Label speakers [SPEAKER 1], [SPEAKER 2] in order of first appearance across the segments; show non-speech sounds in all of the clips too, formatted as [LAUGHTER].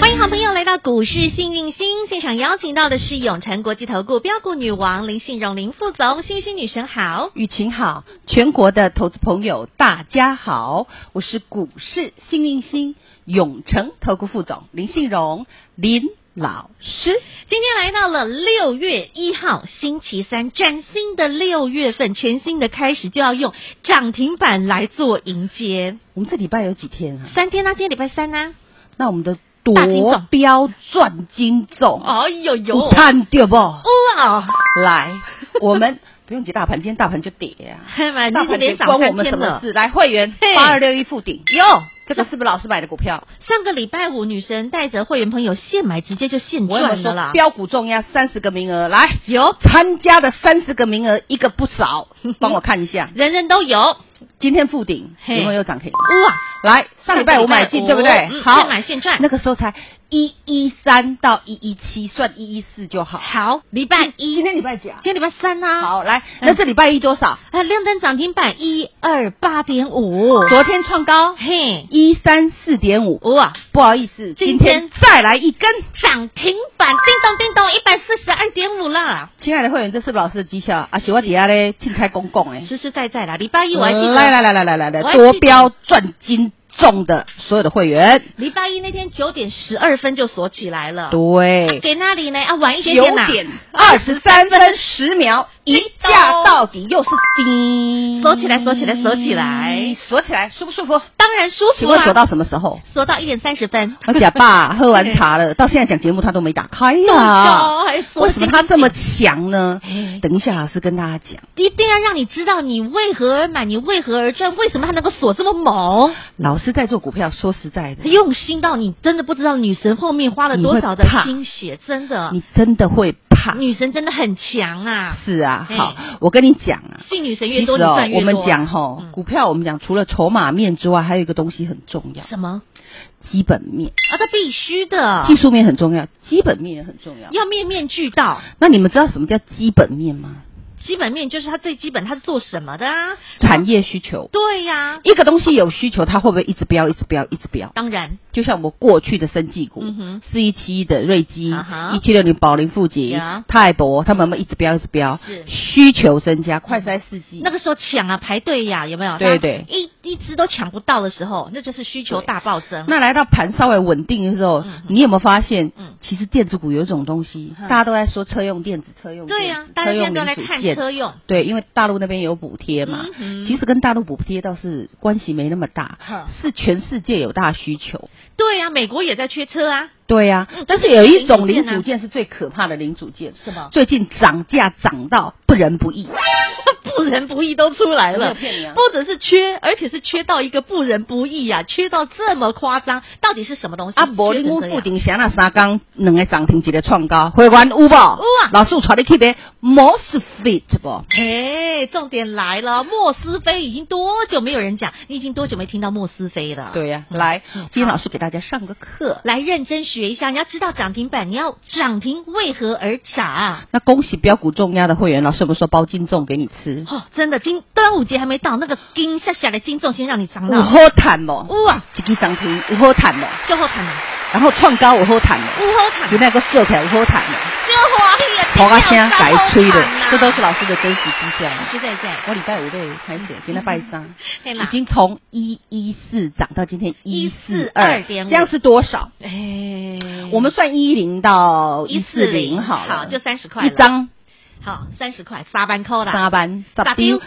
[SPEAKER 1] 欢迎好朋友来到股市幸运星现场，邀请到的是永诚国际投顾标股女王林信荣林副总，幸运星女神好。
[SPEAKER 2] 雨晴好，全国的投资朋友大家好，我是股市幸运星永诚投顾副总林信荣林老师。
[SPEAKER 1] 今天来到了六月一号星期三，崭新的六月份，全新的开始就要用涨停板来做迎接。
[SPEAKER 2] 我们这礼拜有几天啊？
[SPEAKER 1] 三天呢、今天礼拜三啊呢、
[SPEAKER 2] 那我们的
[SPEAKER 1] 大金
[SPEAKER 2] 夺
[SPEAKER 1] 粽
[SPEAKER 2] 标赚金粽，
[SPEAKER 1] 哎呦呦，
[SPEAKER 2] 有看对不？
[SPEAKER 1] 哇，
[SPEAKER 2] 来，我们不用急大盘，今天大盘就跌啊，
[SPEAKER 1] 还蛮
[SPEAKER 2] 大
[SPEAKER 1] 哎今天
[SPEAKER 2] 盘
[SPEAKER 1] 连
[SPEAKER 2] 跌
[SPEAKER 1] 涨
[SPEAKER 2] 关我
[SPEAKER 1] 三
[SPEAKER 2] 们什
[SPEAKER 1] 天
[SPEAKER 2] 么
[SPEAKER 1] 了。
[SPEAKER 2] 事？来，会员
[SPEAKER 1] 嘿
[SPEAKER 2] 八二六一附顶，
[SPEAKER 1] 有
[SPEAKER 2] 这个是不是老师买的股票？
[SPEAKER 1] 上个礼拜五，女神带着会员朋友现买，直接就现
[SPEAKER 2] 我有
[SPEAKER 1] 赚了
[SPEAKER 2] 没有说
[SPEAKER 1] 啦。
[SPEAKER 2] 标股重要三十个名额？来，
[SPEAKER 1] 有，
[SPEAKER 2] 参加的三十个名额一个
[SPEAKER 1] [LAUGHS]
[SPEAKER 2] 不少，帮我看一下，
[SPEAKER 1] 人人都有。啊哇，
[SPEAKER 2] 今天附顶有
[SPEAKER 1] 嘿
[SPEAKER 2] 没有涨停？来，上礼拜我买进，
[SPEAKER 1] 上
[SPEAKER 2] 对
[SPEAKER 1] 个
[SPEAKER 2] 不
[SPEAKER 1] 礼拜
[SPEAKER 2] 对？
[SPEAKER 1] 五嗯
[SPEAKER 2] 好
[SPEAKER 1] 现，买现赚。
[SPEAKER 2] 那个时候才一一三到一一七，算一一四就好。
[SPEAKER 1] 好，礼拜一，
[SPEAKER 2] 今天礼拜几啊？
[SPEAKER 1] 今天礼拜三呐、啊。
[SPEAKER 2] 好，来，
[SPEAKER 1] 嗯
[SPEAKER 2] 那这礼拜一多少？
[SPEAKER 1] 啊，亮灯涨停板一二八点五，
[SPEAKER 2] 昨天创高
[SPEAKER 1] 嘿，
[SPEAKER 2] 一三四点五，
[SPEAKER 1] 哇，
[SPEAKER 2] 不好意思，
[SPEAKER 1] 今
[SPEAKER 2] 今
[SPEAKER 1] 天
[SPEAKER 2] 天再来一根。
[SPEAKER 1] 涨停板，叮咚叮咚，一百四十二点五啦，
[SPEAKER 2] 亲爱的会员，这是不是老师的绩效啊？喜欢底下嘞，庆开公公哎。
[SPEAKER 1] 实实在在啦。礼拜一我还记得，
[SPEAKER 2] 嗯来来来来来来
[SPEAKER 1] 我还
[SPEAKER 2] 来，
[SPEAKER 1] 记得
[SPEAKER 2] 多标赚金重的所有的会员，
[SPEAKER 1] 礼拜一那天九点十二分就锁起来了，
[SPEAKER 2] 对，
[SPEAKER 1] 给那里呢？啊，晚一点
[SPEAKER 2] 九
[SPEAKER 1] 啊点啦，
[SPEAKER 2] 点啊二十三分十秒，一价到底，又是叮，嗯
[SPEAKER 1] 锁起来锁起来锁起来，
[SPEAKER 2] 锁起来，舒不舒服？
[SPEAKER 1] 当然舒服啊
[SPEAKER 2] 请问锁
[SPEAKER 1] 啦。
[SPEAKER 2] 到什么时候？
[SPEAKER 1] 锁到一点三十分，
[SPEAKER 2] 而且爸喝完茶了，到现在讲节目他都没打开呀
[SPEAKER 1] 哟，哎还锁
[SPEAKER 2] 为什么
[SPEAKER 1] 紧
[SPEAKER 2] 他这么强呢
[SPEAKER 1] 哎？
[SPEAKER 2] 等一下老师跟大家讲。
[SPEAKER 1] 一定要让你知道你为何而买，你为何而赚，为什么它能够锁这么猛，
[SPEAKER 2] 老师在做股票，说实在的，
[SPEAKER 1] 用心到你真的不知道女神后面花了多少的
[SPEAKER 2] 你会怕
[SPEAKER 1] 心血，真的。
[SPEAKER 2] 你真的会怕。
[SPEAKER 1] 女神真的很强啊！
[SPEAKER 2] 是啊，
[SPEAKER 1] 哎
[SPEAKER 2] 好，我跟你讲啊，
[SPEAKER 1] 信女神
[SPEAKER 2] 其
[SPEAKER 1] 越
[SPEAKER 2] 实
[SPEAKER 1] 多，你
[SPEAKER 2] 哦
[SPEAKER 1] 赚，越
[SPEAKER 2] 我
[SPEAKER 1] 多。
[SPEAKER 2] 们讲吼
[SPEAKER 1] 嗯
[SPEAKER 2] 股票，我们讲除了筹码面之外，还有一个东西很重要，
[SPEAKER 1] 什么
[SPEAKER 2] 基本面、
[SPEAKER 1] 啊？这必须的
[SPEAKER 2] 技，术面很重要，基本面也很重要。
[SPEAKER 1] 啊要面面俱到。
[SPEAKER 2] 那你们知道什么叫基本面吗？
[SPEAKER 1] 基本面就是它最基本，它是做什么的啊？
[SPEAKER 2] 产业需求，
[SPEAKER 1] 对呀、
[SPEAKER 2] 一个东西有需求，它会不会一直飙、一直飙、一直飙？
[SPEAKER 1] 当然，
[SPEAKER 2] 就像我过去的生技股
[SPEAKER 1] 嗯哼，
[SPEAKER 2] 四一七一的瑞基
[SPEAKER 1] 啊哈，
[SPEAKER 2] 一七六零宝林富锦
[SPEAKER 1] 呀、
[SPEAKER 2] 泰博，他们有没有一直飙、一直飙
[SPEAKER 1] 是？
[SPEAKER 2] 需求增加，快筛试剂
[SPEAKER 1] 那个时候抢啊，排队呀、有没有？
[SPEAKER 2] 对对
[SPEAKER 1] 它一一只都抢不到的时候，那就是需求
[SPEAKER 2] 对
[SPEAKER 1] 大暴增。
[SPEAKER 2] 那来到盘稍微稳定的时候，
[SPEAKER 1] 嗯
[SPEAKER 2] 你有没有发现，
[SPEAKER 1] 嗯
[SPEAKER 2] 其实电子股有一种东西，
[SPEAKER 1] 嗯
[SPEAKER 2] 大家都在说车用电子、车用
[SPEAKER 1] 对呀、
[SPEAKER 2] 电子
[SPEAKER 1] 大家
[SPEAKER 2] 车
[SPEAKER 1] 现在
[SPEAKER 2] 用
[SPEAKER 1] 都
[SPEAKER 2] 零
[SPEAKER 1] 来
[SPEAKER 2] 组
[SPEAKER 1] 看
[SPEAKER 2] 件
[SPEAKER 1] 车用，
[SPEAKER 2] 对，因为大陆那边有补贴嘛，
[SPEAKER 1] 嗯哼
[SPEAKER 2] 其实跟大陆补贴倒是关系没那么大
[SPEAKER 1] 哼，
[SPEAKER 2] 是全世界有大需求。
[SPEAKER 1] 对呀、美国也在缺车啊。 [LAUGHS]
[SPEAKER 2] 对呀、
[SPEAKER 1] 嗯
[SPEAKER 2] 但是有一种
[SPEAKER 1] 零组件
[SPEAKER 2] 零
[SPEAKER 1] 啊
[SPEAKER 2] 组件是最可怕的零组件，
[SPEAKER 1] 什么
[SPEAKER 2] 最近涨价涨到不仁
[SPEAKER 1] [LAUGHS]
[SPEAKER 2] 不义，
[SPEAKER 1] 不仁不义都出来
[SPEAKER 2] 我没
[SPEAKER 1] 了，
[SPEAKER 2] 有骗你啊
[SPEAKER 1] 不只是缺，而且是缺到一个不仁不义啊，缺到这么夸张，到底是什么东西？
[SPEAKER 2] 啊，
[SPEAKER 1] 缺
[SPEAKER 2] 无
[SPEAKER 1] 成
[SPEAKER 2] 恁屋
[SPEAKER 1] 这
[SPEAKER 2] 附
[SPEAKER 1] 样
[SPEAKER 2] 近啥那三工两个涨停，一个创高，会员有无？有
[SPEAKER 1] 啊
[SPEAKER 2] 老师有带你去买 most fit 不？
[SPEAKER 1] 哎，重点来了，莫斯菲已经多久没有人讲？你已经多久没听到莫斯菲了？，
[SPEAKER 2] 对呀、啊来
[SPEAKER 1] 嗯，
[SPEAKER 2] 今天老师给大家上个课。
[SPEAKER 1] 来认真学一下，你要知道涨停板，你要涨停为何而涨？
[SPEAKER 2] 那恭喜标股重压的会员，老师有没有说包金粽给你吃？
[SPEAKER 1] 哦，真的，今端午节还没到，那个金下下的金粽先让你尝
[SPEAKER 2] 有
[SPEAKER 1] 到，
[SPEAKER 2] 好谈哦，
[SPEAKER 1] 哇，
[SPEAKER 2] 一支涨停有好谈哦，
[SPEAKER 1] 就好看了，
[SPEAKER 2] 然后创高有好谈哦，
[SPEAKER 1] 乌好看，啊
[SPEAKER 2] 有那个色条有好谈哦，
[SPEAKER 1] 就华丽了，
[SPEAKER 2] 头啊声改吹的
[SPEAKER 1] 真要，
[SPEAKER 2] 这
[SPEAKER 1] 三好看啊
[SPEAKER 2] 都是老师的真实绩效。
[SPEAKER 1] 实实在在，
[SPEAKER 2] 我礼拜五都有开始，今天拜 [LAUGHS] 三，
[SPEAKER 1] 对
[SPEAKER 2] 已
[SPEAKER 1] 啦。
[SPEAKER 2] 经从一一四涨到今天一四二
[SPEAKER 1] 142.5
[SPEAKER 2] 这样是多少？
[SPEAKER 1] 哎，
[SPEAKER 2] 我们算一零到一四
[SPEAKER 1] 140
[SPEAKER 2] 零好了，
[SPEAKER 1] 好就30块
[SPEAKER 2] 一
[SPEAKER 1] 了
[SPEAKER 2] 张
[SPEAKER 1] 好三十块，沙班扣啦，
[SPEAKER 2] 三班，十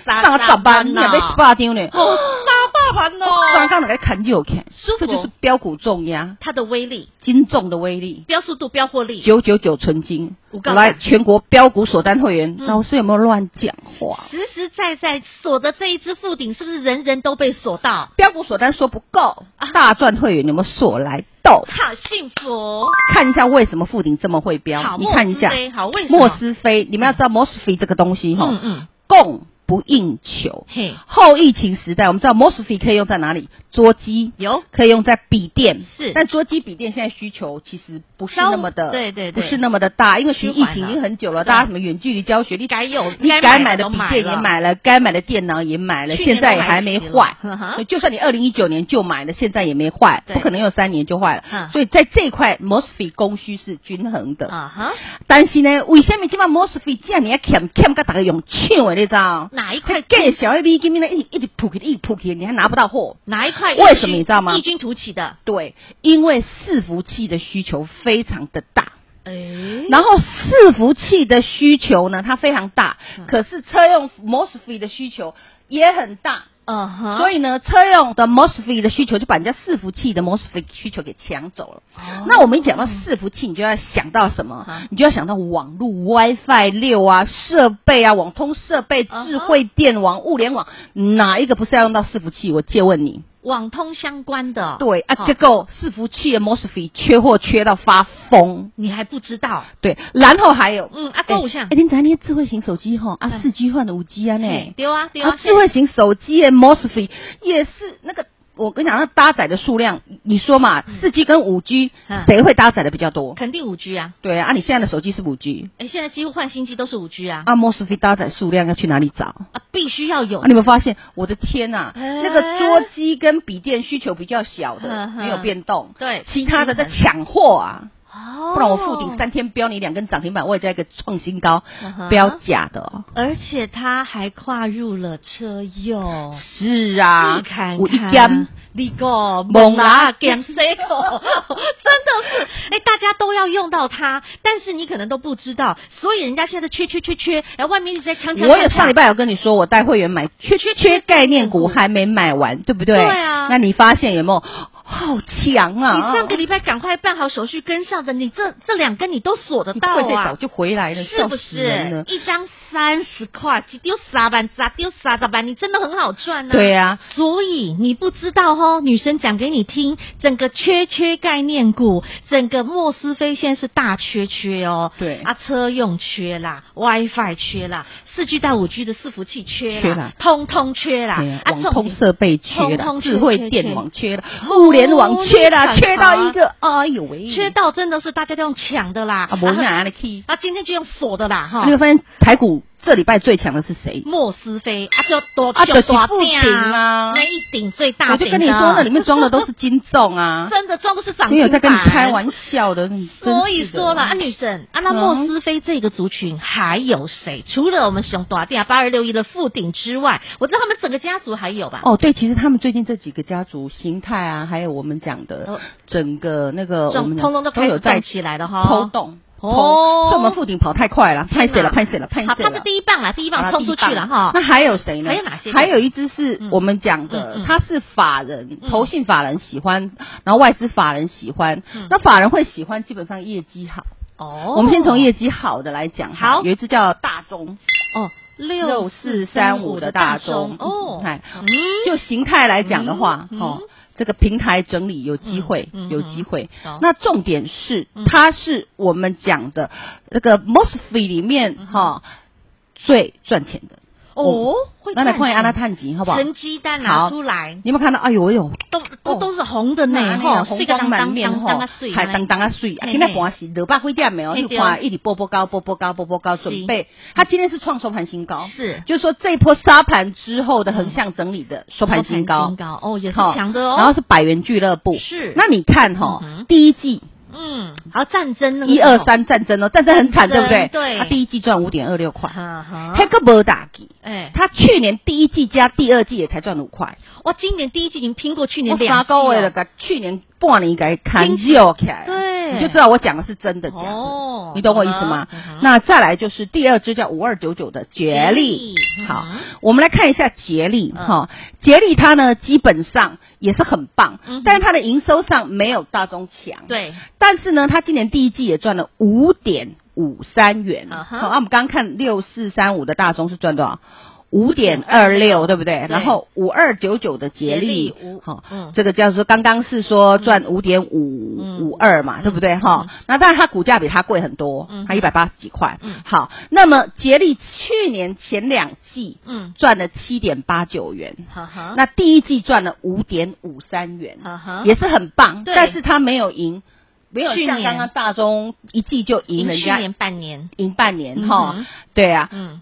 [SPEAKER 1] 张
[SPEAKER 2] 张，
[SPEAKER 1] 三
[SPEAKER 2] 上十
[SPEAKER 1] 三
[SPEAKER 2] 班，
[SPEAKER 1] 班
[SPEAKER 2] 你
[SPEAKER 1] 呐
[SPEAKER 2] 也要七八张呢。
[SPEAKER 1] 哦，沙班大盘
[SPEAKER 2] 刚
[SPEAKER 1] 哦，
[SPEAKER 2] 刚来砍右看，
[SPEAKER 1] 舒服
[SPEAKER 2] 这就是标股重压
[SPEAKER 1] 它的威力、
[SPEAKER 2] 金重的威力。
[SPEAKER 1] 标速度、标获利，
[SPEAKER 2] 九九九纯金
[SPEAKER 1] 我，告诉你
[SPEAKER 2] 来全国标股锁单会员，
[SPEAKER 1] 嗯
[SPEAKER 2] 老师有没有乱讲话？
[SPEAKER 1] 实实在在锁的这一只附顶，是不是人人都被锁到？
[SPEAKER 2] 标股锁单说不够，
[SPEAKER 1] 啊
[SPEAKER 2] 大赚会员有没有锁来斗？
[SPEAKER 1] 好幸福，哦
[SPEAKER 2] 看一下为什么富鼎这么会标
[SPEAKER 1] 好，，
[SPEAKER 2] 你看一
[SPEAKER 1] 莫
[SPEAKER 2] 下
[SPEAKER 1] 斯菲好为什么
[SPEAKER 2] 莫斯菲，你们要知道莫斯菲这个东西
[SPEAKER 1] 嗯
[SPEAKER 2] 哈，
[SPEAKER 1] 嗯，
[SPEAKER 2] 供不应求。
[SPEAKER 1] 嘿，
[SPEAKER 2] 后疫情时代，我们知道 MOSFET 可以用在哪里？桌机
[SPEAKER 1] 有
[SPEAKER 2] 可以用在笔电，
[SPEAKER 1] 是
[SPEAKER 2] 但桌机笔电现在需求其实不是那么
[SPEAKER 1] 稍
[SPEAKER 2] 的，
[SPEAKER 1] 对对对
[SPEAKER 2] 不是那么的大，因为其实
[SPEAKER 1] 循
[SPEAKER 2] 疫
[SPEAKER 1] 环
[SPEAKER 2] 情
[SPEAKER 1] 啊
[SPEAKER 2] 已经很久了，
[SPEAKER 1] 对
[SPEAKER 2] 大家什么远距离教学，你
[SPEAKER 1] 该有
[SPEAKER 2] 你
[SPEAKER 1] 该
[SPEAKER 2] 该
[SPEAKER 1] 买
[SPEAKER 2] 买
[SPEAKER 1] 的
[SPEAKER 2] 的
[SPEAKER 1] 都
[SPEAKER 2] 笔
[SPEAKER 1] 买
[SPEAKER 2] 电也
[SPEAKER 1] 了
[SPEAKER 2] 买了，该买的电脑也买了，
[SPEAKER 1] 去年
[SPEAKER 2] 现在
[SPEAKER 1] 都
[SPEAKER 2] 也
[SPEAKER 1] 买
[SPEAKER 2] 还没
[SPEAKER 1] 齐了
[SPEAKER 2] 坏
[SPEAKER 1] 呵呵，
[SPEAKER 2] 所以就算你二零一九年就买了，现在也没坏，
[SPEAKER 1] 对
[SPEAKER 2] 不可能有三年就坏了
[SPEAKER 1] 嗯，
[SPEAKER 2] 所以在这一块 MOSFET 供需是均衡的，
[SPEAKER 1] 啊哈，
[SPEAKER 2] 但是呢，为什么今晚 MOSFET 这样你要欠欠个大家用抢的，你知道？
[SPEAKER 1] 哪一块
[SPEAKER 2] 快更小一笔，给你那一直一直扑起，一直扑起，你还拿不到货。
[SPEAKER 1] 哪一块
[SPEAKER 2] 为什么你知道吗
[SPEAKER 1] 异军突起的，
[SPEAKER 2] 对，因为伺服器的需求非常的大，
[SPEAKER 1] 哎，
[SPEAKER 2] 然后伺服器的需求呢，它非常大，可是车用 MOSFET 的需求也很大，
[SPEAKER 1] 嗯哼，
[SPEAKER 2] 所以呢，车用的 MOSFET 的需求就把人家伺服器的 MOSFET 需求给抢走了。
[SPEAKER 1] 哦
[SPEAKER 2] 那我们一讲到伺服器，你就要想到什么
[SPEAKER 1] 啊？
[SPEAKER 2] 你就要想到网络、WiFi 六啊、设备啊、网通设备、
[SPEAKER 1] 嗯哼
[SPEAKER 2] 智慧电网、物联网，哪一个不是要用到伺服器？我借问你，
[SPEAKER 1] 网通相关的，
[SPEAKER 2] 对啊，
[SPEAKER 1] 哦
[SPEAKER 2] 结果伺服器的 MOSFET 缺货缺到发疯，
[SPEAKER 1] 你还不知道，
[SPEAKER 2] 对，然后还有，
[SPEAKER 1] 嗯，啊，购物项
[SPEAKER 2] 哎，，你知道那些智慧型手机吼啊
[SPEAKER 1] 哎，
[SPEAKER 2] 四 G 换了五 G 啊
[SPEAKER 1] 嘿
[SPEAKER 2] 呢？
[SPEAKER 1] 丢啊丢
[SPEAKER 2] 啊
[SPEAKER 1] 啊，，
[SPEAKER 2] 智慧型手机的 MOSFET 也是那个，我跟你讲，那搭载的数量，你说嘛，四 G 跟五 G
[SPEAKER 1] 嗯
[SPEAKER 2] 谁会搭载的比较多？
[SPEAKER 1] 肯定五 G 啊，
[SPEAKER 2] 对啊，啊你现在的手机是五 G，
[SPEAKER 1] 哎，现在几乎换新机都是五 G 啊，
[SPEAKER 2] 啊 MOSFET 搭载数量要去哪里找？
[SPEAKER 1] 啊，必须要有
[SPEAKER 2] 啊，你有没有发现？我的天呐、
[SPEAKER 1] 哎
[SPEAKER 2] 那个桌机跟笔电需求比较小的
[SPEAKER 1] 嗯，嗯
[SPEAKER 2] 没有变动，
[SPEAKER 1] 对
[SPEAKER 2] 其他的在抢货啊，
[SPEAKER 1] 哦
[SPEAKER 2] 不然我附顶，三天标你两根涨停板，我也加一个创新高
[SPEAKER 1] 嗯哼，
[SPEAKER 2] 标假的哦。
[SPEAKER 1] 而且它还跨入了车用。
[SPEAKER 2] 是啊
[SPEAKER 1] 你看，
[SPEAKER 2] 我一
[SPEAKER 1] 看
[SPEAKER 2] 点，
[SPEAKER 1] 你个
[SPEAKER 2] 猛啊啦
[SPEAKER 1] 减 C
[SPEAKER 2] [LAUGHS]
[SPEAKER 1] 口，真的是，哎、大家都要用到它，但是你可能都不知道，所以人家现在缺缺缺缺，哎，外面一直在抢抢。
[SPEAKER 2] 我
[SPEAKER 1] 抢
[SPEAKER 2] 有
[SPEAKER 1] 抢
[SPEAKER 2] 上礼拜有跟你说，我带会员买缺缺缺概念股
[SPEAKER 1] 股
[SPEAKER 2] 还没买完，对不对？
[SPEAKER 1] 对啊
[SPEAKER 2] 那你发现有没有好强啊？
[SPEAKER 1] 你上个礼拜赶快办好手续跟上的，你这这两根你都锁得
[SPEAKER 2] 你
[SPEAKER 1] 到
[SPEAKER 2] 退费早
[SPEAKER 1] 啊，
[SPEAKER 2] 就回来了，
[SPEAKER 1] 是
[SPEAKER 2] 笑
[SPEAKER 1] 不
[SPEAKER 2] 死人
[SPEAKER 1] 是
[SPEAKER 2] 了？。
[SPEAKER 1] 一张三十块，只丢啥板砸丢啥咋板，你真的很好赚呢、
[SPEAKER 2] 对啊，
[SPEAKER 1] 所以你不知道哦，女生讲给你听，整个缺缺概念股，整个莫斯菲现在是大缺缺哦。
[SPEAKER 2] 对
[SPEAKER 1] 啊，车用缺啦，WiFi 缺啦，四 G 到五 G 的伺服器缺啦，
[SPEAKER 2] 缺啦
[SPEAKER 1] 通通缺啦
[SPEAKER 2] 对啊。
[SPEAKER 1] 啊，
[SPEAKER 2] 网
[SPEAKER 1] 重
[SPEAKER 2] 通
[SPEAKER 1] 点
[SPEAKER 2] 设备缺
[SPEAKER 1] 通通
[SPEAKER 2] 了，
[SPEAKER 1] 缺
[SPEAKER 2] 智慧
[SPEAKER 1] 缺
[SPEAKER 2] 电
[SPEAKER 1] 缺
[SPEAKER 2] 网缺了，
[SPEAKER 1] 哦
[SPEAKER 2] 物联网缺了，
[SPEAKER 1] 你看
[SPEAKER 2] 缺到一
[SPEAKER 1] 看
[SPEAKER 2] 个，哎呦喂，
[SPEAKER 1] 缺到真的是大家都用抢的啦。
[SPEAKER 2] 啊，哎不然哪里去？
[SPEAKER 1] 啊，今天就用锁的啦，哈
[SPEAKER 2] 你，会发现台股这礼拜最强的是谁？
[SPEAKER 1] 莫斯菲啊，就多
[SPEAKER 2] 啊就是
[SPEAKER 1] 多
[SPEAKER 2] 不
[SPEAKER 1] 顶
[SPEAKER 2] 顶啊
[SPEAKER 1] 那一顶最大
[SPEAKER 2] 我
[SPEAKER 1] 顶
[SPEAKER 2] 就
[SPEAKER 1] 的，
[SPEAKER 2] 跟你说，那里面装的都是金重啊，
[SPEAKER 1] [LAUGHS] 真的装的是涨停板，
[SPEAKER 2] 没有在跟你开玩笑的。真是的嗯
[SPEAKER 1] 所以说了啊，女神啊，那莫斯菲这个族群还有谁？除了我们熊短店八二六一的富鼎之外，我知道他们整个家族还有吧？
[SPEAKER 2] 哦，对，其实他们最近这几个家族形态啊，还有我们讲
[SPEAKER 1] 哦
[SPEAKER 2] 的整个那个，
[SPEAKER 1] 这
[SPEAKER 2] 我们讲
[SPEAKER 1] 通通都开
[SPEAKER 2] 有
[SPEAKER 1] 始
[SPEAKER 2] 在
[SPEAKER 1] 站起来了哈。
[SPEAKER 2] 偷动
[SPEAKER 1] 哦
[SPEAKER 2] 偷所以我们附顶跑太快了，拍死了，拍死了，拍
[SPEAKER 1] 好，
[SPEAKER 2] 死
[SPEAKER 1] 他是
[SPEAKER 2] 了。啊
[SPEAKER 1] 第一棒啦，第一
[SPEAKER 2] 好
[SPEAKER 1] 棒
[SPEAKER 2] 啦
[SPEAKER 1] 冲出去了哈
[SPEAKER 2] 那。还有谁呢？
[SPEAKER 1] 还有哪些
[SPEAKER 2] 还有一只是
[SPEAKER 1] 嗯
[SPEAKER 2] 我们讲的，
[SPEAKER 1] 嗯嗯
[SPEAKER 2] 他是法人，
[SPEAKER 1] 嗯
[SPEAKER 2] 投信法人喜欢，然后外资法人喜欢。
[SPEAKER 1] 嗯
[SPEAKER 2] 那法人会喜欢，基本上业绩好。
[SPEAKER 1] 哦
[SPEAKER 2] 我们先从业绩好的来讲哈。
[SPEAKER 1] 好
[SPEAKER 2] 有一只叫大中
[SPEAKER 1] 哦
[SPEAKER 2] 六四三五的大中
[SPEAKER 1] 哦，
[SPEAKER 2] 哎
[SPEAKER 1] 嗯，
[SPEAKER 2] 就形态来讲的话，
[SPEAKER 1] 嗯
[SPEAKER 2] 哦
[SPEAKER 1] 嗯，
[SPEAKER 2] 这个平台整理有机会，
[SPEAKER 1] 嗯嗯
[SPEAKER 2] 有机会。
[SPEAKER 1] 懂
[SPEAKER 2] 那重点是
[SPEAKER 1] 嗯，
[SPEAKER 2] 它是我们讲的那个 MOSFET 里面哈、最赚钱的。
[SPEAKER 1] 哦，会
[SPEAKER 2] 那来
[SPEAKER 1] 赚
[SPEAKER 2] 看一下
[SPEAKER 1] 钱
[SPEAKER 2] 那探集好不好？
[SPEAKER 1] 成
[SPEAKER 2] 你
[SPEAKER 1] 鸡蛋拿
[SPEAKER 2] 好
[SPEAKER 1] 出来，
[SPEAKER 2] 有没有看到？哎呦，哎呦，
[SPEAKER 1] 都都
[SPEAKER 2] 哦
[SPEAKER 1] 都是红的
[SPEAKER 2] 那
[SPEAKER 1] 呢，
[SPEAKER 2] 那个
[SPEAKER 1] 吼，
[SPEAKER 2] 红
[SPEAKER 1] 碎个
[SPEAKER 2] 光
[SPEAKER 1] 当
[SPEAKER 2] 满
[SPEAKER 1] 当
[SPEAKER 2] 面
[SPEAKER 1] 当
[SPEAKER 2] 吼
[SPEAKER 1] 当啊碎，，
[SPEAKER 2] 还当当啊水，啊，
[SPEAKER 1] 嘿
[SPEAKER 2] 今天
[SPEAKER 1] 嘿
[SPEAKER 2] 盘是六百几点没有？
[SPEAKER 1] 嘿
[SPEAKER 2] 你
[SPEAKER 1] 对
[SPEAKER 2] 看一直波波高，波波高，波波高，准备。它今天是创收盘新高，
[SPEAKER 1] 是
[SPEAKER 2] 就是说这一波杀盘之后的横向整理的收盘新高
[SPEAKER 1] 收盘新，高哦，也是
[SPEAKER 2] 好
[SPEAKER 1] 强的哦。
[SPEAKER 2] 然后是百元俱乐部，
[SPEAKER 1] 是
[SPEAKER 2] 哦那你看哈
[SPEAKER 1] 嗯哼，
[SPEAKER 2] 第一季
[SPEAKER 1] 嗯，还有战争那个
[SPEAKER 2] 一二，三战争哦，战争很惨，
[SPEAKER 1] 战
[SPEAKER 2] 对
[SPEAKER 1] 争
[SPEAKER 2] 不对？
[SPEAKER 1] 对
[SPEAKER 2] 他第一季赚五点二六块，
[SPEAKER 1] 哈哈，
[SPEAKER 2] 黑个没打击。
[SPEAKER 1] 哎，
[SPEAKER 2] 他去年第一季加第二季也才赚五块，
[SPEAKER 1] 哇，今年第一季已经拼过去
[SPEAKER 2] 我
[SPEAKER 1] 年
[SPEAKER 2] 三
[SPEAKER 1] 两季
[SPEAKER 2] 个月了，
[SPEAKER 1] 了，
[SPEAKER 2] 把去年半年给砍掉起来了，
[SPEAKER 1] 对
[SPEAKER 2] 你就知道我讲的是真的假的。
[SPEAKER 1] 哦，哦
[SPEAKER 2] 你懂我意思吗
[SPEAKER 1] 嗯哼嗯哼？
[SPEAKER 2] 那再来就是第二只叫五二九九的杰力
[SPEAKER 1] 杰力，
[SPEAKER 2] 好
[SPEAKER 1] 嗯哼，
[SPEAKER 2] 我们来看一下杰力
[SPEAKER 1] 嗯
[SPEAKER 2] 哈，杰力它呢基本上也是很棒
[SPEAKER 1] 嗯哼，
[SPEAKER 2] 但是它的营收上没有大中强，
[SPEAKER 1] 对，
[SPEAKER 2] 但是呢，它今年第一季也赚了五点五三元。
[SPEAKER 1] 啊
[SPEAKER 2] 好、
[SPEAKER 1] 哈
[SPEAKER 2] 啊我们刚刚看六四三五的大中是赚多少？五点二六，对不对？然后五二九九的捷
[SPEAKER 1] 捷力
[SPEAKER 2] 力
[SPEAKER 1] 五，
[SPEAKER 2] 好、
[SPEAKER 1] 嗯
[SPEAKER 2] 这个叫做刚刚是说赚五点五五二嘛，对不对？哈、那当然它股价比它贵很多，
[SPEAKER 1] 嗯
[SPEAKER 2] 它一百八十几块。
[SPEAKER 1] 嗯
[SPEAKER 2] 好，那么捷力去年前两季
[SPEAKER 1] 嗯，
[SPEAKER 2] 赚了七点八九元，
[SPEAKER 1] 哈哈，
[SPEAKER 2] 那第一季赚了五点五三元。
[SPEAKER 1] 哈哈，
[SPEAKER 2] 也是很棒，
[SPEAKER 1] 啊对
[SPEAKER 2] 但是他没有赢，没有
[SPEAKER 1] 去
[SPEAKER 2] 像
[SPEAKER 1] 年
[SPEAKER 2] 刚刚大中一季就赢
[SPEAKER 1] 赢
[SPEAKER 2] 人
[SPEAKER 1] 去
[SPEAKER 2] 家
[SPEAKER 1] 年半年，
[SPEAKER 2] 赢半年哈、
[SPEAKER 1] 嗯哼
[SPEAKER 2] 对啊，
[SPEAKER 1] 嗯，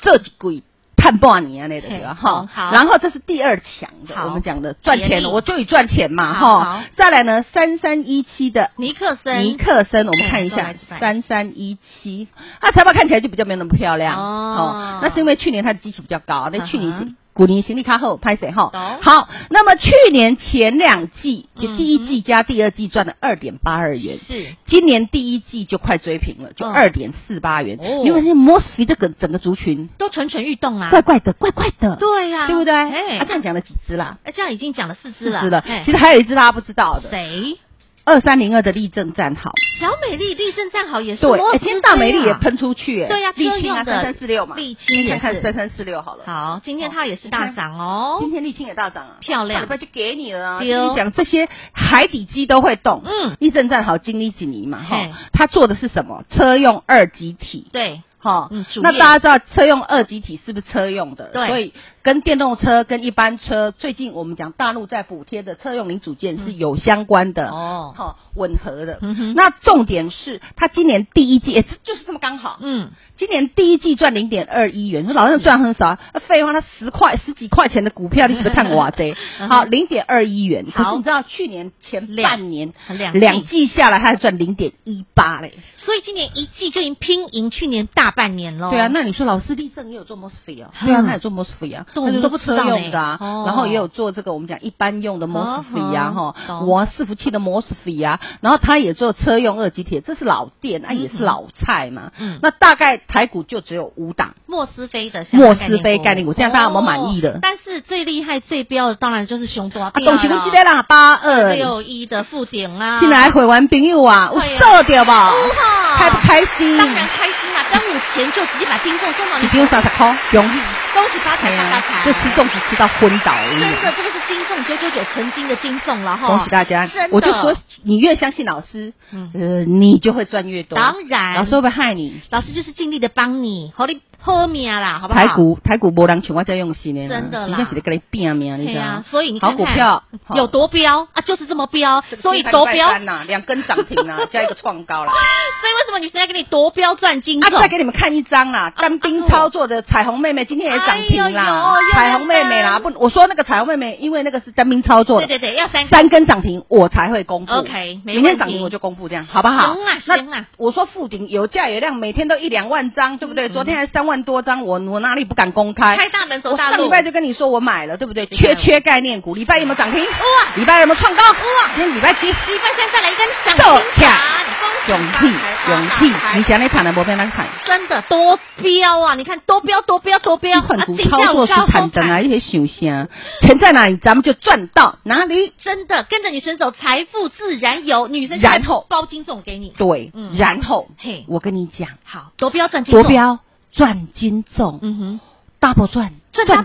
[SPEAKER 2] 这几鬼探半年啊那个
[SPEAKER 1] 嘿
[SPEAKER 2] 哈，
[SPEAKER 1] 好
[SPEAKER 2] 然后这是第二强
[SPEAKER 1] 好
[SPEAKER 2] 的，我们讲的赚
[SPEAKER 1] 别
[SPEAKER 2] 钱
[SPEAKER 1] 例
[SPEAKER 2] 的，我就以赚钱嘛
[SPEAKER 1] 好好
[SPEAKER 2] 哈，再来呢三三一七的。
[SPEAKER 1] 尼克森，
[SPEAKER 2] 尼克森，我
[SPEAKER 1] 嗯
[SPEAKER 2] 们看一
[SPEAKER 1] 说来
[SPEAKER 2] 下
[SPEAKER 1] 就来
[SPEAKER 2] 三三一七，它财报看起来就比较没有那么漂亮
[SPEAKER 1] 哦
[SPEAKER 2] 那是因为去年它的基期比较高，
[SPEAKER 1] 嗯
[SPEAKER 2] 那
[SPEAKER 1] 哼
[SPEAKER 2] 去年行股年行李卡后拍谁哈
[SPEAKER 1] 懂？
[SPEAKER 2] 好，那么去年前两季，
[SPEAKER 1] 嗯
[SPEAKER 2] 就第一季加第二季赚了二点八二元。
[SPEAKER 1] 是
[SPEAKER 2] 今年第一季就快追平了，就
[SPEAKER 1] 嗯
[SPEAKER 2] 二点四八元。
[SPEAKER 1] 哦
[SPEAKER 2] 因为是 Mosfet 这个整个族群
[SPEAKER 1] 都蠢蠢欲动啊，
[SPEAKER 2] 怪怪的，怪怪的，
[SPEAKER 1] 对呀，
[SPEAKER 2] 对不对？
[SPEAKER 1] 哎
[SPEAKER 2] 啊，，这样讲了几只啦？
[SPEAKER 1] 哎这样已经讲了四只
[SPEAKER 2] 四
[SPEAKER 1] 了，
[SPEAKER 2] 只了
[SPEAKER 1] 哎。
[SPEAKER 2] 其实还有一只大家不知道的，
[SPEAKER 1] 谁？
[SPEAKER 2] 二三零二的立正站好。
[SPEAKER 1] 小美丽立正站好也是
[SPEAKER 2] 对，
[SPEAKER 1] 摩
[SPEAKER 2] 哎
[SPEAKER 1] 斯
[SPEAKER 2] 今天大美丽
[SPEAKER 1] 杯啊
[SPEAKER 2] 也喷出去，哎
[SPEAKER 1] 对呀
[SPEAKER 2] 沥
[SPEAKER 1] 车
[SPEAKER 2] 青
[SPEAKER 1] 用
[SPEAKER 2] 啊，
[SPEAKER 1] 的
[SPEAKER 2] 三三四六嘛，
[SPEAKER 1] 沥青也
[SPEAKER 2] 你看看
[SPEAKER 1] 是
[SPEAKER 2] 三三四六好了。
[SPEAKER 1] 好，今天它也是大涨哦，
[SPEAKER 2] 今天沥青也大涨啊，
[SPEAKER 1] 漂亮
[SPEAKER 2] 上礼拜就给你了啊。
[SPEAKER 1] 对哦
[SPEAKER 2] 跟你讲这些海底鸡都会动，
[SPEAKER 1] 嗯，
[SPEAKER 2] 一阵战好经历几年嘛，
[SPEAKER 1] 嘿
[SPEAKER 2] 哈，它做的是什么？车用二极体，
[SPEAKER 1] 对，
[SPEAKER 2] 哈
[SPEAKER 1] 嗯主，
[SPEAKER 2] 那
[SPEAKER 1] 业
[SPEAKER 2] 大家知道车用二极体是不是车用的？
[SPEAKER 1] 对
[SPEAKER 2] 所以跟电动车、跟一般车，最近我们讲大陆在补贴的车用零组件是有相关的，
[SPEAKER 1] 哦，
[SPEAKER 2] 哈，吻合的。
[SPEAKER 1] 嗯哼
[SPEAKER 2] 那重点是，它今年第一季，哎这就是这么刚好，
[SPEAKER 1] 嗯，
[SPEAKER 2] 今年第一季赚零点二一元，你说老师赚很少啊？啊废话，他十块十几块钱的股票，你是不是看我贼
[SPEAKER 1] 嗯？
[SPEAKER 2] 好，零点二一元。可
[SPEAKER 1] 好
[SPEAKER 2] 是你知道去年前半年
[SPEAKER 1] 两
[SPEAKER 2] 两季下来，他还赚零点一八嘞。
[SPEAKER 1] 所以今年一季就已经拼赢去年大半年喽。
[SPEAKER 2] 对啊，那你说老师立正也有做 mosfet 啊？
[SPEAKER 1] 嗯
[SPEAKER 2] 对啊，那也做 mosfet 啊，
[SPEAKER 1] 这我们
[SPEAKER 2] 那
[SPEAKER 1] 都
[SPEAKER 2] 就
[SPEAKER 1] 不
[SPEAKER 2] 是
[SPEAKER 1] 知道
[SPEAKER 2] 车
[SPEAKER 1] 呢
[SPEAKER 2] 用的啊
[SPEAKER 1] 哦，
[SPEAKER 2] 然后也有做这个我们讲一般用的 mosfet 啊，
[SPEAKER 1] 哦
[SPEAKER 2] 哈
[SPEAKER 1] 哦，懂
[SPEAKER 2] 我伺服器的 mosfet 啊，然后他也做车用二极铁，这是老店啊，
[SPEAKER 1] 嗯
[SPEAKER 2] 也是老菜嘛
[SPEAKER 1] 嗯。
[SPEAKER 2] 那大概台股就只有五档。
[SPEAKER 1] 莫斯菲的相
[SPEAKER 2] 莫
[SPEAKER 1] 关
[SPEAKER 2] 斯菲概念股，这样大家有没有满意
[SPEAKER 1] 哦
[SPEAKER 2] 的？
[SPEAKER 1] 但是最厉害、最标的当然就是熊多啊哎
[SPEAKER 2] 啊，董行记得啦，八二
[SPEAKER 1] 六一的附啊顶啦，
[SPEAKER 2] 进来回完朋友啊，我
[SPEAKER 1] 对啊
[SPEAKER 2] 瘦掉吧
[SPEAKER 1] 是啊，
[SPEAKER 2] 开不开心？
[SPEAKER 1] 当然开心啊啦！端午前就直接把听众送到你
[SPEAKER 2] 一，定三十块，容易。
[SPEAKER 1] 恭喜发财，
[SPEAKER 2] 哎
[SPEAKER 1] 发大
[SPEAKER 2] 呀
[SPEAKER 1] 财！
[SPEAKER 2] 这吃粽子吃到昏倒而已
[SPEAKER 1] 真的，这个是金粽九九九成金的金粽了哈！
[SPEAKER 2] 恭喜大家
[SPEAKER 1] 真的！
[SPEAKER 2] 我就说，你越相信老师，
[SPEAKER 1] 嗯
[SPEAKER 2] 呃，你就会赚越多。
[SPEAKER 1] 当然
[SPEAKER 2] 老师会不会害你？
[SPEAKER 1] 老师就是尽力的帮你，好你喝米啊啦，好不好？
[SPEAKER 2] 台股台股波浪像我在用心呢，
[SPEAKER 1] 真的啦
[SPEAKER 2] 人家是在跟你拼命，你
[SPEAKER 1] 对
[SPEAKER 2] 知道
[SPEAKER 1] 啊
[SPEAKER 2] 吗？，
[SPEAKER 1] 所以你
[SPEAKER 2] 哎好
[SPEAKER 1] 看
[SPEAKER 2] 股
[SPEAKER 1] 看
[SPEAKER 2] 票
[SPEAKER 1] 有多标啊，就是这么标，所以多
[SPEAKER 2] 夺
[SPEAKER 1] 标，所以
[SPEAKER 2] 呐，两根涨停
[SPEAKER 1] [LAUGHS]
[SPEAKER 2] 啊，加一个创高啦。
[SPEAKER 1] 为什么女生要给你多标赚金
[SPEAKER 2] 啊，再
[SPEAKER 1] 粽？
[SPEAKER 2] 给你们看一张啦，单兵操作的彩虹妹妹今天也涨停啦
[SPEAKER 1] 啊哎呦呦，
[SPEAKER 2] 彩虹妹妹啦，不，我说那个彩虹妹妹，因为那个是单兵操作
[SPEAKER 1] 对
[SPEAKER 2] 的，
[SPEAKER 1] 对对，要三
[SPEAKER 2] 三根涨停我才会公布。
[SPEAKER 1] OK，没问题
[SPEAKER 2] 明天涨停我就公布，这样好不好
[SPEAKER 1] 行啊？行
[SPEAKER 2] 那
[SPEAKER 1] 啊
[SPEAKER 2] 我说附顶有价有量，每天都一两万张，对不对？昨天还三万多张，我我哪里不敢公开？
[SPEAKER 1] 嗯开大门走
[SPEAKER 2] 我
[SPEAKER 1] 大
[SPEAKER 2] 上
[SPEAKER 1] 路
[SPEAKER 2] 礼。拜就跟你说我买了，对不对？
[SPEAKER 1] 对
[SPEAKER 2] 缺缺概念股，礼拜有没有涨停？
[SPEAKER 1] 哇
[SPEAKER 2] 礼拜有没有创高？哇！今天礼拜几？
[SPEAKER 1] 礼拜三再来一根涨停板，
[SPEAKER 2] 勇气，勇气！你想你谈的没变那谈。
[SPEAKER 1] 真的多标啊！你看多标多标多标，啊
[SPEAKER 2] 要换股操作是坦诚啊，一些想啥，钱在哪里，咱们就赚到哪里。
[SPEAKER 1] 真的跟着女神走，财富自然有。女生
[SPEAKER 2] 然后
[SPEAKER 1] 包金粽给你，
[SPEAKER 2] 对，
[SPEAKER 1] 嗯
[SPEAKER 2] 然后
[SPEAKER 1] 嘿
[SPEAKER 2] 我跟你讲，
[SPEAKER 1] 好多标赚金
[SPEAKER 2] 夺
[SPEAKER 1] 粽，
[SPEAKER 2] 标赚金粽、
[SPEAKER 1] 嗯哼，
[SPEAKER 2] d o u b l e 赚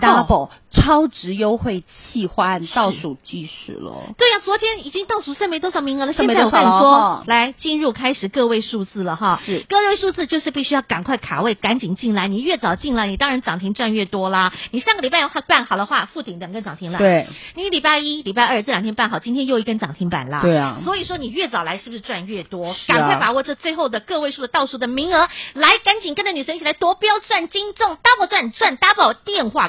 [SPEAKER 1] 赚double
[SPEAKER 2] double，超值优惠企划案倒数计时喽。
[SPEAKER 1] 对呀、昨天已经倒数剩没多少名额了，现
[SPEAKER 2] 剩没
[SPEAKER 1] 在我
[SPEAKER 2] 多
[SPEAKER 1] 跟
[SPEAKER 2] 少
[SPEAKER 1] 你
[SPEAKER 2] 了
[SPEAKER 1] 说
[SPEAKER 2] 哈，
[SPEAKER 1] 来进入开始个位数字了哈。
[SPEAKER 2] 是
[SPEAKER 1] 个位数字啊就是必须要赶快卡位，赶紧进来。你越早进来，你当然涨停赚越多啦。你上个礼拜办好的话，附顶两根涨停了。。
[SPEAKER 2] 对，
[SPEAKER 1] 你礼拜一、礼拜二这两天办好，今天又一根涨停板啦。
[SPEAKER 2] 对啊
[SPEAKER 1] 所以说你越早来，是不是赚越多？
[SPEAKER 2] 是啊
[SPEAKER 1] 赶快把握这最后的个位数的倒数的名额，来，赶紧跟着女神一起来夺标赚金中 double 赚赚 double，电话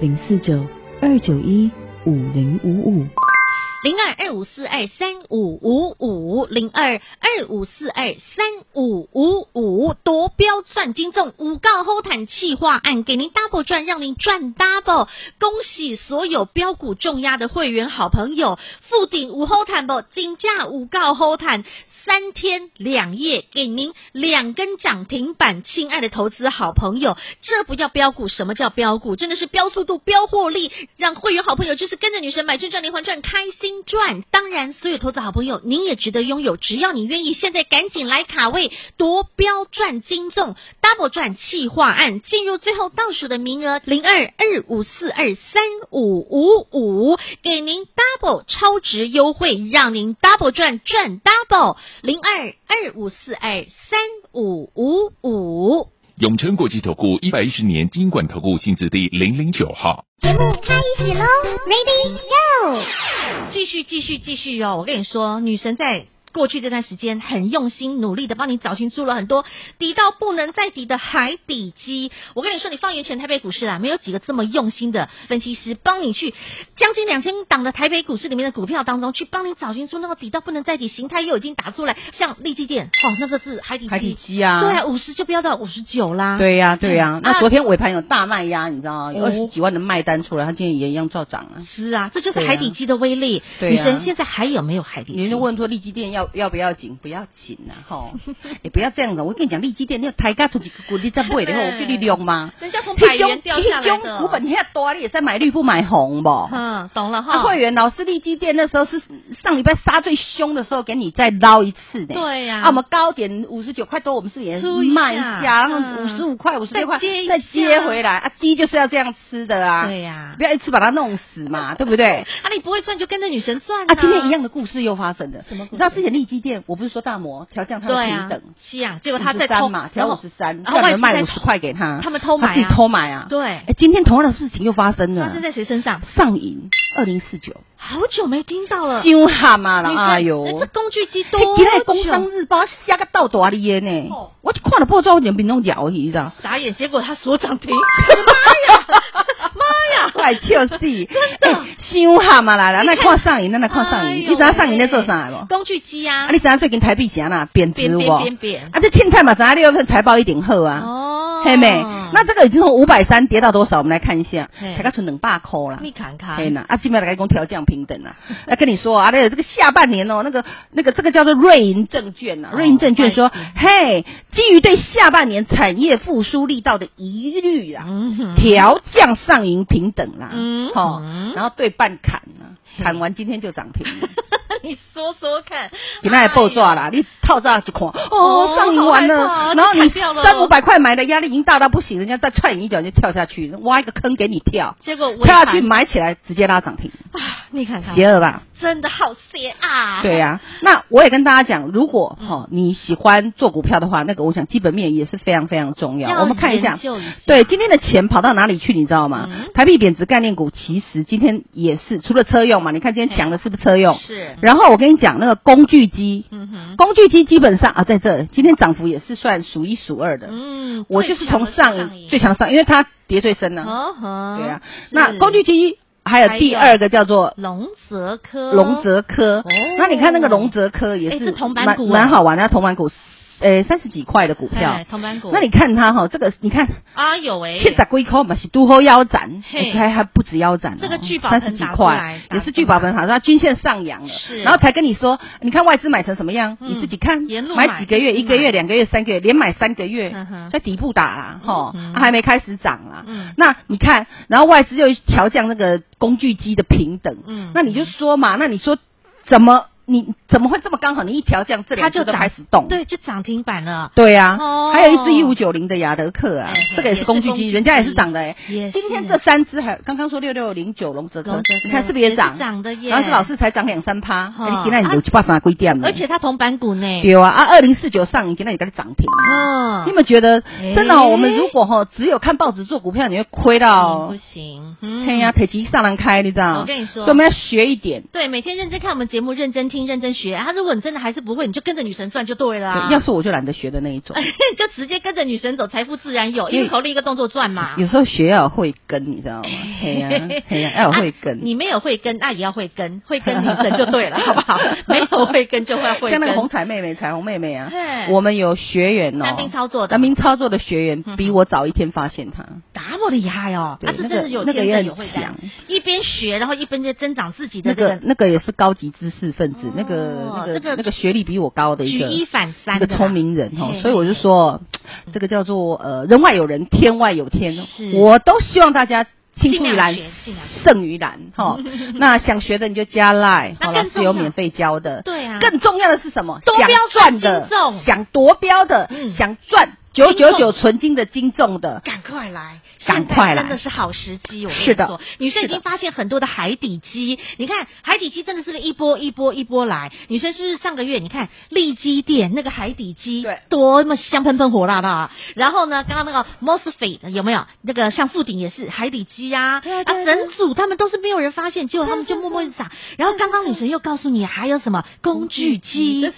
[SPEAKER 3] 零四九二九一五零五五。
[SPEAKER 1] 零二二五四二三五五五，零二二五四二三五五五，夺标赚金中，五告后坦气化案，给您 double 赚，让您赚 double。恭喜所有标股重压的会员好朋友，附顶五后坦不，金价五告后坦。三天两夜给您两根涨停板，亲爱的投资好朋友，这不叫标股，什么叫标股？真的是标速度、标获利，让会员好朋友就是跟着女神买赚赚连环赚，开心赚。当然，所有投资好朋友，您也值得拥有，只要你愿意，现在赶紧来卡位夺标赚金粽 double 赚气化案，进入最后倒数的名额零二二五四二三五五五，给您 double 超值优惠，让您 double 赚赚 double。零二二五四二三五五五。
[SPEAKER 4] 永诚国际投顾一百一十年金管投顾新字第零零九号。
[SPEAKER 5] 节目开始喽，Ready Go！
[SPEAKER 1] 继续继续继续哦！我跟你说，女神在。过去这段时间很用心努力的帮你找寻出了很多低到不能再低的海底基。我跟你说，你放眼全台北股市啊，没有几个这么用心的分析师帮你去将近两千档的台北股市里面的股票当中，去帮你找寻出那个底到不能再底，形态又已经打出来，像利基店哦，那个是海底
[SPEAKER 2] 海底基啊
[SPEAKER 1] 对啊，五十就飙到五十九啦。
[SPEAKER 2] 对呀、对呀、
[SPEAKER 1] 嗯
[SPEAKER 2] 那
[SPEAKER 1] 啊
[SPEAKER 2] 昨天尾盘有大卖压，你知道吗？有
[SPEAKER 1] 哦
[SPEAKER 2] 二十几万的卖单出来，它今天也一样照涨啊。
[SPEAKER 1] 是啊，这就是
[SPEAKER 2] 对啊
[SPEAKER 1] 海底基的威力。
[SPEAKER 2] 对啊
[SPEAKER 1] 女神现在还有没有海底基？
[SPEAKER 2] 你就问说利基店要要不要紧？不要紧啊，
[SPEAKER 1] [LAUGHS]
[SPEAKER 2] 吼！也不要这样子。我跟你讲，利基店你要抬价出去，股你再
[SPEAKER 1] [LAUGHS]
[SPEAKER 2] 买的话，我叫你量吗？
[SPEAKER 1] 人家从百元掉下来
[SPEAKER 2] 那
[SPEAKER 1] 的
[SPEAKER 2] 种股本遐大，你也在买绿不买红不？
[SPEAKER 1] 嗯，懂了
[SPEAKER 2] 啊，
[SPEAKER 1] [LAUGHS] 哈。
[SPEAKER 2] 会员老师利基店那时候是上礼拜杀最凶的时候，给你再捞一次的。
[SPEAKER 1] 对呀
[SPEAKER 2] 啊，我们高点五十九块多，我们是也
[SPEAKER 1] 出一下
[SPEAKER 2] 卖一下，然后五
[SPEAKER 1] 嗯
[SPEAKER 2] 十五块、五十六块
[SPEAKER 1] 再接一下
[SPEAKER 2] 再接回来啊，鸡就是要这样吃的啊，
[SPEAKER 1] 对呀
[SPEAKER 2] 不要一次把它弄死嘛，对不对？
[SPEAKER 1] 啊，你不会赚就跟着女神赚
[SPEAKER 2] 啊，今天一样的故事又发生了。
[SPEAKER 1] 什么故事
[SPEAKER 2] 你知道之前利基店，我不是说大摩调降它的
[SPEAKER 1] 对
[SPEAKER 2] 平
[SPEAKER 1] 啊
[SPEAKER 2] 等，，
[SPEAKER 1] 是啊，结果他在偷
[SPEAKER 2] 三嘛，调五十三，
[SPEAKER 1] 然后
[SPEAKER 2] 叫
[SPEAKER 1] 外
[SPEAKER 2] 人
[SPEAKER 1] 资
[SPEAKER 2] 卖
[SPEAKER 1] 在
[SPEAKER 2] 五十块给他，
[SPEAKER 1] 他们偷买啊
[SPEAKER 2] 他自己偷买啊。
[SPEAKER 1] 对
[SPEAKER 2] 哎，今天同样的事情又发生
[SPEAKER 1] 发
[SPEAKER 2] 了
[SPEAKER 1] 生，在谁身上？
[SPEAKER 2] 上瘾二零四九，
[SPEAKER 1] 好久没听到了，
[SPEAKER 2] 凶悍嘛
[SPEAKER 1] 呃
[SPEAKER 2] 啦，
[SPEAKER 1] 女神
[SPEAKER 2] 哎呦，
[SPEAKER 1] 这工具机多啊
[SPEAKER 2] 嘿今天的工商
[SPEAKER 1] 久？
[SPEAKER 2] 日报写个倒大哩的呢
[SPEAKER 1] 哦，
[SPEAKER 2] 我就看了报纸，我脸皮拢摇去，你知道？
[SPEAKER 1] 眨眼，结果他所涨
[SPEAKER 2] [LAUGHS]
[SPEAKER 1] 停，妈呀，妈呀！
[SPEAKER 2] 我还
[SPEAKER 1] [LAUGHS]
[SPEAKER 2] 笑死，哎，凶悍嘛啦啦，咱来看上瘾，咱来看
[SPEAKER 1] 哎
[SPEAKER 2] 上瘾，你知道上瘾在做啥无？
[SPEAKER 1] 工具机啊
[SPEAKER 2] 哎啊，，你知道最近台币是安那贬值
[SPEAKER 1] 扁
[SPEAKER 2] 无？
[SPEAKER 1] 扁扁扁，
[SPEAKER 2] 啊，这青菜嘛，咱六月份财报一定好啊，
[SPEAKER 1] 哦
[SPEAKER 2] 嘿没？那这个已经从五百三跌到多少？我们来看一下，
[SPEAKER 1] 嘿
[SPEAKER 2] 才刚存两百块啦。
[SPEAKER 1] 你看
[SPEAKER 2] 嘿
[SPEAKER 1] 看，
[SPEAKER 2] 呐，啊，基本上来讲调降平等啊。来跟你说啊，那个这个下半年哦，那个那个这个叫做瑞银证券呐、
[SPEAKER 1] 哦
[SPEAKER 2] 瑞银证券说
[SPEAKER 1] 瑞银，
[SPEAKER 2] 嘿，基于对下半年产业复苏力道的疑虑啊，
[SPEAKER 1] 嗯 [LAUGHS] 哼
[SPEAKER 2] 调降上银平等啦，
[SPEAKER 1] 嗯
[SPEAKER 2] 哦
[SPEAKER 1] 嗯，
[SPEAKER 2] 然后对半砍啊，
[SPEAKER 1] 嘿
[SPEAKER 2] 砍完今天就涨停了。
[SPEAKER 1] 你说说看，
[SPEAKER 2] 给那也爆炸
[SPEAKER 1] 哎
[SPEAKER 2] 啦
[SPEAKER 1] 呀！
[SPEAKER 2] 你套炸一看，
[SPEAKER 1] 哦
[SPEAKER 2] 哦，上瘾完
[SPEAKER 1] 好害怕哦
[SPEAKER 2] 了，然后
[SPEAKER 1] 就砍
[SPEAKER 2] 你
[SPEAKER 1] 掉了
[SPEAKER 2] 三五百块买的压力已经大到不行，人家再踹你一脚你就跳下去，挖一个坑给你跳，
[SPEAKER 1] 结果
[SPEAKER 2] 跳
[SPEAKER 1] 尾
[SPEAKER 2] 下
[SPEAKER 1] 盘
[SPEAKER 2] 去买起来直接拉涨停，
[SPEAKER 1] 啊，你看看，
[SPEAKER 2] 邪恶吧？
[SPEAKER 1] 真的好邪啊！嗯
[SPEAKER 2] 对呀、那我也跟大家讲，如果哈、哦你喜欢做股票的话，那个我想基本面也是非常非常重要。
[SPEAKER 1] 要
[SPEAKER 2] 我们看一下
[SPEAKER 1] 研，究一下
[SPEAKER 2] 对今天的钱跑到哪里去，你知道吗？
[SPEAKER 1] 嗯
[SPEAKER 2] 台币贬值概念股其实今天也是除了车用嘛，你看今天
[SPEAKER 1] 哎
[SPEAKER 2] 强的是不是车用？
[SPEAKER 1] 是，
[SPEAKER 2] 然后我跟你讲那个工具机，
[SPEAKER 1] 嗯哼，
[SPEAKER 2] 工具机基本上啊在这里，今天涨幅也是算数一数二的。
[SPEAKER 1] 嗯，
[SPEAKER 2] 我就是从上
[SPEAKER 1] 瘾
[SPEAKER 2] 最强上，因为它跌最深呢、
[SPEAKER 1] 哦呵
[SPEAKER 2] 对啊，
[SPEAKER 1] 是
[SPEAKER 2] 那工具机还有第
[SPEAKER 1] 还有
[SPEAKER 2] 二个叫做
[SPEAKER 1] 龙泽科，
[SPEAKER 2] 龙泽科
[SPEAKER 1] 哦，
[SPEAKER 2] 那你看那个龙泽科也
[SPEAKER 1] 哎
[SPEAKER 2] 是
[SPEAKER 1] 这铜板
[SPEAKER 2] 蛮
[SPEAKER 1] 股啊
[SPEAKER 2] 蛮好玩的，它铜板股，呃，三十几块的股票
[SPEAKER 1] 哎，。铜板股，
[SPEAKER 2] 那你看它哈，这个你看
[SPEAKER 1] 啊有哎，
[SPEAKER 2] 七十几块嘛是都好腰斩，
[SPEAKER 1] 嘿
[SPEAKER 2] 哎还还不止腰斩哦，
[SPEAKER 1] 这个聚宝盆
[SPEAKER 2] 三十几
[SPEAKER 1] 拿出来
[SPEAKER 2] 块
[SPEAKER 1] 拿出来
[SPEAKER 2] 也是聚宝盆，好像它均线上扬了，
[SPEAKER 1] 是
[SPEAKER 2] 然后才跟你说，你看外资买成什么样，
[SPEAKER 1] 嗯
[SPEAKER 2] 你自己看
[SPEAKER 1] 沿路，买
[SPEAKER 2] 买几个月，
[SPEAKER 1] 一
[SPEAKER 2] 一
[SPEAKER 1] 路
[SPEAKER 2] 个
[SPEAKER 1] 买
[SPEAKER 2] 月、两个月、三个月，连买三个月
[SPEAKER 1] 嗯哼，
[SPEAKER 2] 在底部打啦，哈
[SPEAKER 1] 嗯，
[SPEAKER 2] 啊还没开始涨啦
[SPEAKER 1] 嗯，
[SPEAKER 2] 那你看，然后外资又调降那个工具机的平等，
[SPEAKER 1] 嗯
[SPEAKER 2] 那你就说嘛，那你说怎么你怎么会这么刚好？你一调降，这
[SPEAKER 1] 它
[SPEAKER 2] 两
[SPEAKER 1] 就
[SPEAKER 2] 只都
[SPEAKER 1] 涨
[SPEAKER 2] 开始动，
[SPEAKER 1] 对，就涨停板了，
[SPEAKER 2] 对呀、啊，
[SPEAKER 1] 哦
[SPEAKER 2] 还有一只一五九零的雅德克啊
[SPEAKER 1] 哎，
[SPEAKER 2] 这个
[SPEAKER 1] 也
[SPEAKER 2] 也
[SPEAKER 1] 是
[SPEAKER 2] 是工具
[SPEAKER 1] 工具
[SPEAKER 2] 机，人家也是
[SPEAKER 1] 机
[SPEAKER 2] 涨的哎、
[SPEAKER 1] 也
[SPEAKER 2] 今天
[SPEAKER 1] 是
[SPEAKER 2] 这三只还刚刚说六六零九龙泽
[SPEAKER 1] 龙
[SPEAKER 2] 科
[SPEAKER 1] 泽科，
[SPEAKER 2] 你看是不是也
[SPEAKER 1] 也
[SPEAKER 2] 涨？
[SPEAKER 1] 是涨的耶
[SPEAKER 2] 然后是老师才涨两三趴，
[SPEAKER 1] 哈
[SPEAKER 2] 哎你今天有七八三几点呢？
[SPEAKER 1] 而且它铜板股呢，
[SPEAKER 2] 嗯对啊，啊二零四九上，你今天也给它涨停。
[SPEAKER 1] 嗯
[SPEAKER 2] 你有没有觉得
[SPEAKER 1] 哎
[SPEAKER 2] 真的哦、我们如果哈只有看报纸做股票，你会亏到
[SPEAKER 1] 不，行，嗯
[SPEAKER 2] 嘿呀，腿急上难开，你知道？
[SPEAKER 1] 我跟你说
[SPEAKER 2] 所以我们要学一点。
[SPEAKER 1] 对，每天认真看我们节目，认真听，认真学，他如果你真的还是不会，你就跟着女神转就对了、啊哎
[SPEAKER 2] 对，要是我就懒得学的那一种。
[SPEAKER 1] [LAUGHS] 就直接跟着女神走，财富自然有，一
[SPEAKER 2] 因为
[SPEAKER 1] 个口令一个动作转嘛。
[SPEAKER 2] 有时候学要有慧根，你知道吗？嘿呀、
[SPEAKER 1] [LAUGHS]
[SPEAKER 2] 嘿呀、要有慧根。
[SPEAKER 1] 啊你没有慧根，那也要慧根，慧根女神就对 [LAUGHS] 了，好不
[SPEAKER 2] [LAUGHS]
[SPEAKER 1] 好？没有慧根就会慧 [LAUGHS]
[SPEAKER 2] 像那个
[SPEAKER 1] 根。
[SPEAKER 2] 红彩妹妹、彩虹妹妹啊
[SPEAKER 1] 嘿，
[SPEAKER 2] 我们有学员哦，
[SPEAKER 1] 单兵操作的
[SPEAKER 2] 单兵操作的学员
[SPEAKER 1] 嗯
[SPEAKER 2] 比我早一天发现他，
[SPEAKER 1] 那么厉害哦，
[SPEAKER 2] 对
[SPEAKER 1] 他是
[SPEAKER 2] 那
[SPEAKER 1] 真的
[SPEAKER 2] 个
[SPEAKER 1] 有
[SPEAKER 2] 那个
[SPEAKER 1] 天
[SPEAKER 2] 也
[SPEAKER 1] 分
[SPEAKER 2] 很
[SPEAKER 1] 有慧
[SPEAKER 2] 强
[SPEAKER 1] 根，一边学，然后一边在增长自己的
[SPEAKER 2] 那
[SPEAKER 1] 这
[SPEAKER 2] 个
[SPEAKER 1] 个
[SPEAKER 2] 那个也是高级知识分子，那个
[SPEAKER 1] 哦
[SPEAKER 2] 那
[SPEAKER 1] 这个
[SPEAKER 2] 个那个学历比我高的一
[SPEAKER 1] 举
[SPEAKER 2] 个
[SPEAKER 1] 一反三
[SPEAKER 2] 一个
[SPEAKER 1] 的啦
[SPEAKER 2] 聪明人哦
[SPEAKER 1] 嘿，
[SPEAKER 2] 所以我就说，这个叫做呃人外有人，天外有天哦
[SPEAKER 1] 是，
[SPEAKER 2] 我都希望大家青出
[SPEAKER 1] 尽
[SPEAKER 2] 于
[SPEAKER 1] 量
[SPEAKER 2] 蓝
[SPEAKER 1] 学，尽量学。
[SPEAKER 2] 胜
[SPEAKER 1] [LAUGHS]
[SPEAKER 2] 于蓝哈。那想学的你就加赖，
[SPEAKER 1] 那
[SPEAKER 2] 好了
[SPEAKER 1] 更，
[SPEAKER 2] 只
[SPEAKER 1] 重要
[SPEAKER 2] 有免费教的。
[SPEAKER 1] 对啊，
[SPEAKER 2] 更重要的是什么？
[SPEAKER 1] 多
[SPEAKER 2] 想
[SPEAKER 1] 标准
[SPEAKER 2] 赚的
[SPEAKER 1] 金重，
[SPEAKER 2] 想夺标的
[SPEAKER 1] 嗯，
[SPEAKER 2] 想赚九
[SPEAKER 1] 金
[SPEAKER 2] 九
[SPEAKER 1] 重
[SPEAKER 2] 九纯金的金重的，
[SPEAKER 1] 赶快来，
[SPEAKER 2] 赶快
[SPEAKER 1] 现在
[SPEAKER 2] 来
[SPEAKER 1] 真的是好时机。我跟你
[SPEAKER 2] 是的
[SPEAKER 1] 说，女生已
[SPEAKER 2] 是的
[SPEAKER 1] 经发现很多的海底鸡。你看海底鸡真的是一波一波一波来。女生是不是上个月你看利基店那个海底鸡，
[SPEAKER 2] 对
[SPEAKER 1] 多么香喷喷火辣辣、啊。然后呢，刚刚那个 Mosfet 有没有？那个像富鼎也是海底鸡呀、啊，
[SPEAKER 2] 对啊对啊
[SPEAKER 1] 整组他们都是没有人发现，结果他们就默默地涨。然后刚刚女神又告诉你还有什么工具
[SPEAKER 2] 你
[SPEAKER 1] 机
[SPEAKER 2] 的。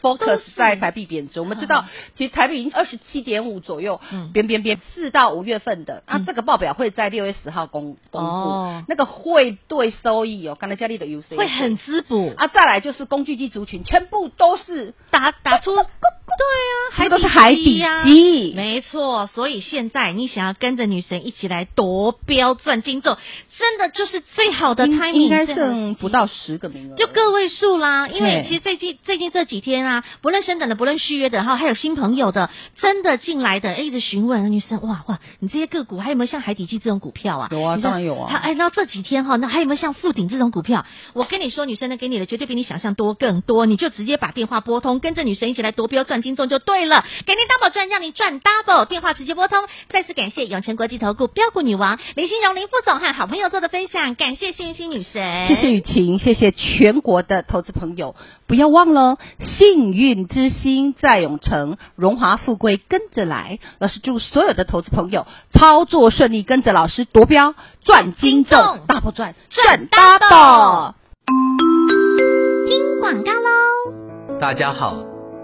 [SPEAKER 2] focus 在台币贬值，我们知道，其实台币已经二十七点五左右
[SPEAKER 1] 嗯，
[SPEAKER 2] 贬贬贬，四到五月份的，啊
[SPEAKER 1] 嗯，
[SPEAKER 2] 这个报表会在六月十号公公
[SPEAKER 1] 哦
[SPEAKER 2] 布，那个汇兑收益哦，刚才佳丽的 U C
[SPEAKER 1] 会很滋补，
[SPEAKER 2] 啊，再来就是工具机族群，全部都是
[SPEAKER 1] 打打
[SPEAKER 2] [LAUGHS]
[SPEAKER 1] 出，对啊，
[SPEAKER 2] 全
[SPEAKER 1] 海
[SPEAKER 2] 部都
[SPEAKER 1] 底啊
[SPEAKER 2] 是海底啊
[SPEAKER 1] 呀、
[SPEAKER 2] 机，
[SPEAKER 1] 没错，所以现在你想要跟着女神一起来夺标赚金粽，真的就是最好的
[SPEAKER 2] 应
[SPEAKER 1] timing，
[SPEAKER 2] 应该
[SPEAKER 1] 最好的时
[SPEAKER 2] 剩
[SPEAKER 1] 机
[SPEAKER 2] 不到十个名额，
[SPEAKER 1] 就个位数啦，因为
[SPEAKER 2] 对
[SPEAKER 1] 其实最近最近这几天啊，不论升等的，不论续约的，然后还有新朋友的，真的进来的，哎一直询问女生，哇哇，你这些个股还有没有像海底鸡这种股票啊？
[SPEAKER 2] 有啊
[SPEAKER 1] 你知道
[SPEAKER 2] 当然有啊
[SPEAKER 1] 还哎，那这几天哈、那还有没有像富鼎这种股票？我跟你说，女生呢给你的绝对比你想象多更多，你就直接把电话拨通，跟着女神一起来夺标赚金粽就对了，给你 double 赚，让你赚 double，电话直接拨通。再次感谢永诚国际投顾标股女王林心荣林副总和好朋友做的分享，感谢幸运星女神，
[SPEAKER 2] 谢谢雨晴，谢谢全国的投资朋友，不要忘了，幸运之星在永城，荣华富贵跟着来。老师祝所有的投资朋友操作顺利，跟着老师夺标赚金
[SPEAKER 1] 赚金
[SPEAKER 2] 粽，大不赚
[SPEAKER 1] 赚
[SPEAKER 2] 赚
[SPEAKER 1] double
[SPEAKER 2] double。
[SPEAKER 1] 听广告喽。
[SPEAKER 6] 大家好，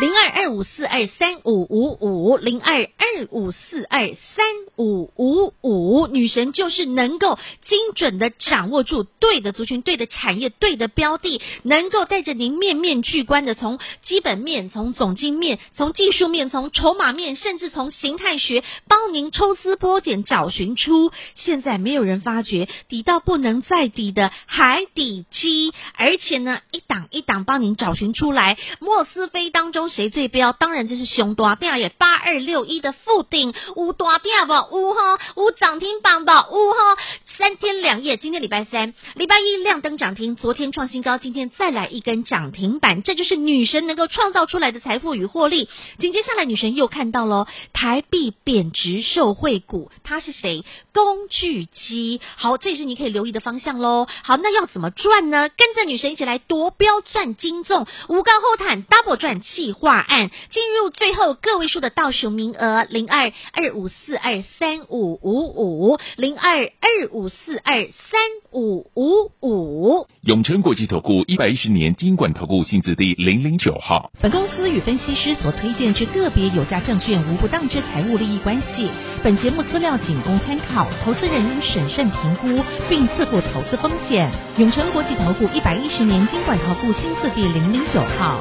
[SPEAKER 1] 零二二五四二三五五五零二二五四二三五五五，女神就是能够精准的掌握住对的族群、对的产业、对的标的，能够带着您面面俱观的从基本面、从总经面、从技术面、从筹码面，甚至从形态学，帮您抽丝剥茧，找寻出现在没有人发掘、底到不能再底的海底基，而且呢，一档一档帮您找寻出来。莫斯菲当中谁最标？当然就是熊多第二也八二六一的附顶，五多第二不五哈，五涨停板的五哈，三天两夜，今天礼拜三，礼拜一亮灯涨停，昨天创新高，今天再来一根涨停板，这就是女神能够创造出来的财富与获利。紧接下来，女神又看到喽，台币贬值受惠股，它是谁？工具机。好，这也是你可以留意的方向喽。好，那要怎么赚呢？跟着女神一起来夺标赚金粽，无高后坦 double 赚企划案，进入最后个位数的倒数名额零二二五四二三五五五零二二五四二三五五五。
[SPEAKER 4] 永诚国际投顾一百一十年金管投顾性质第零零九号。
[SPEAKER 7] 本公司与分析师所推荐之个别有价证券无不当之财务利益关系。本节目资料仅供参考，投资人应审慎评估并自负投资风险。永诚国际投顾一百一十年经管投顾新字第零零九号。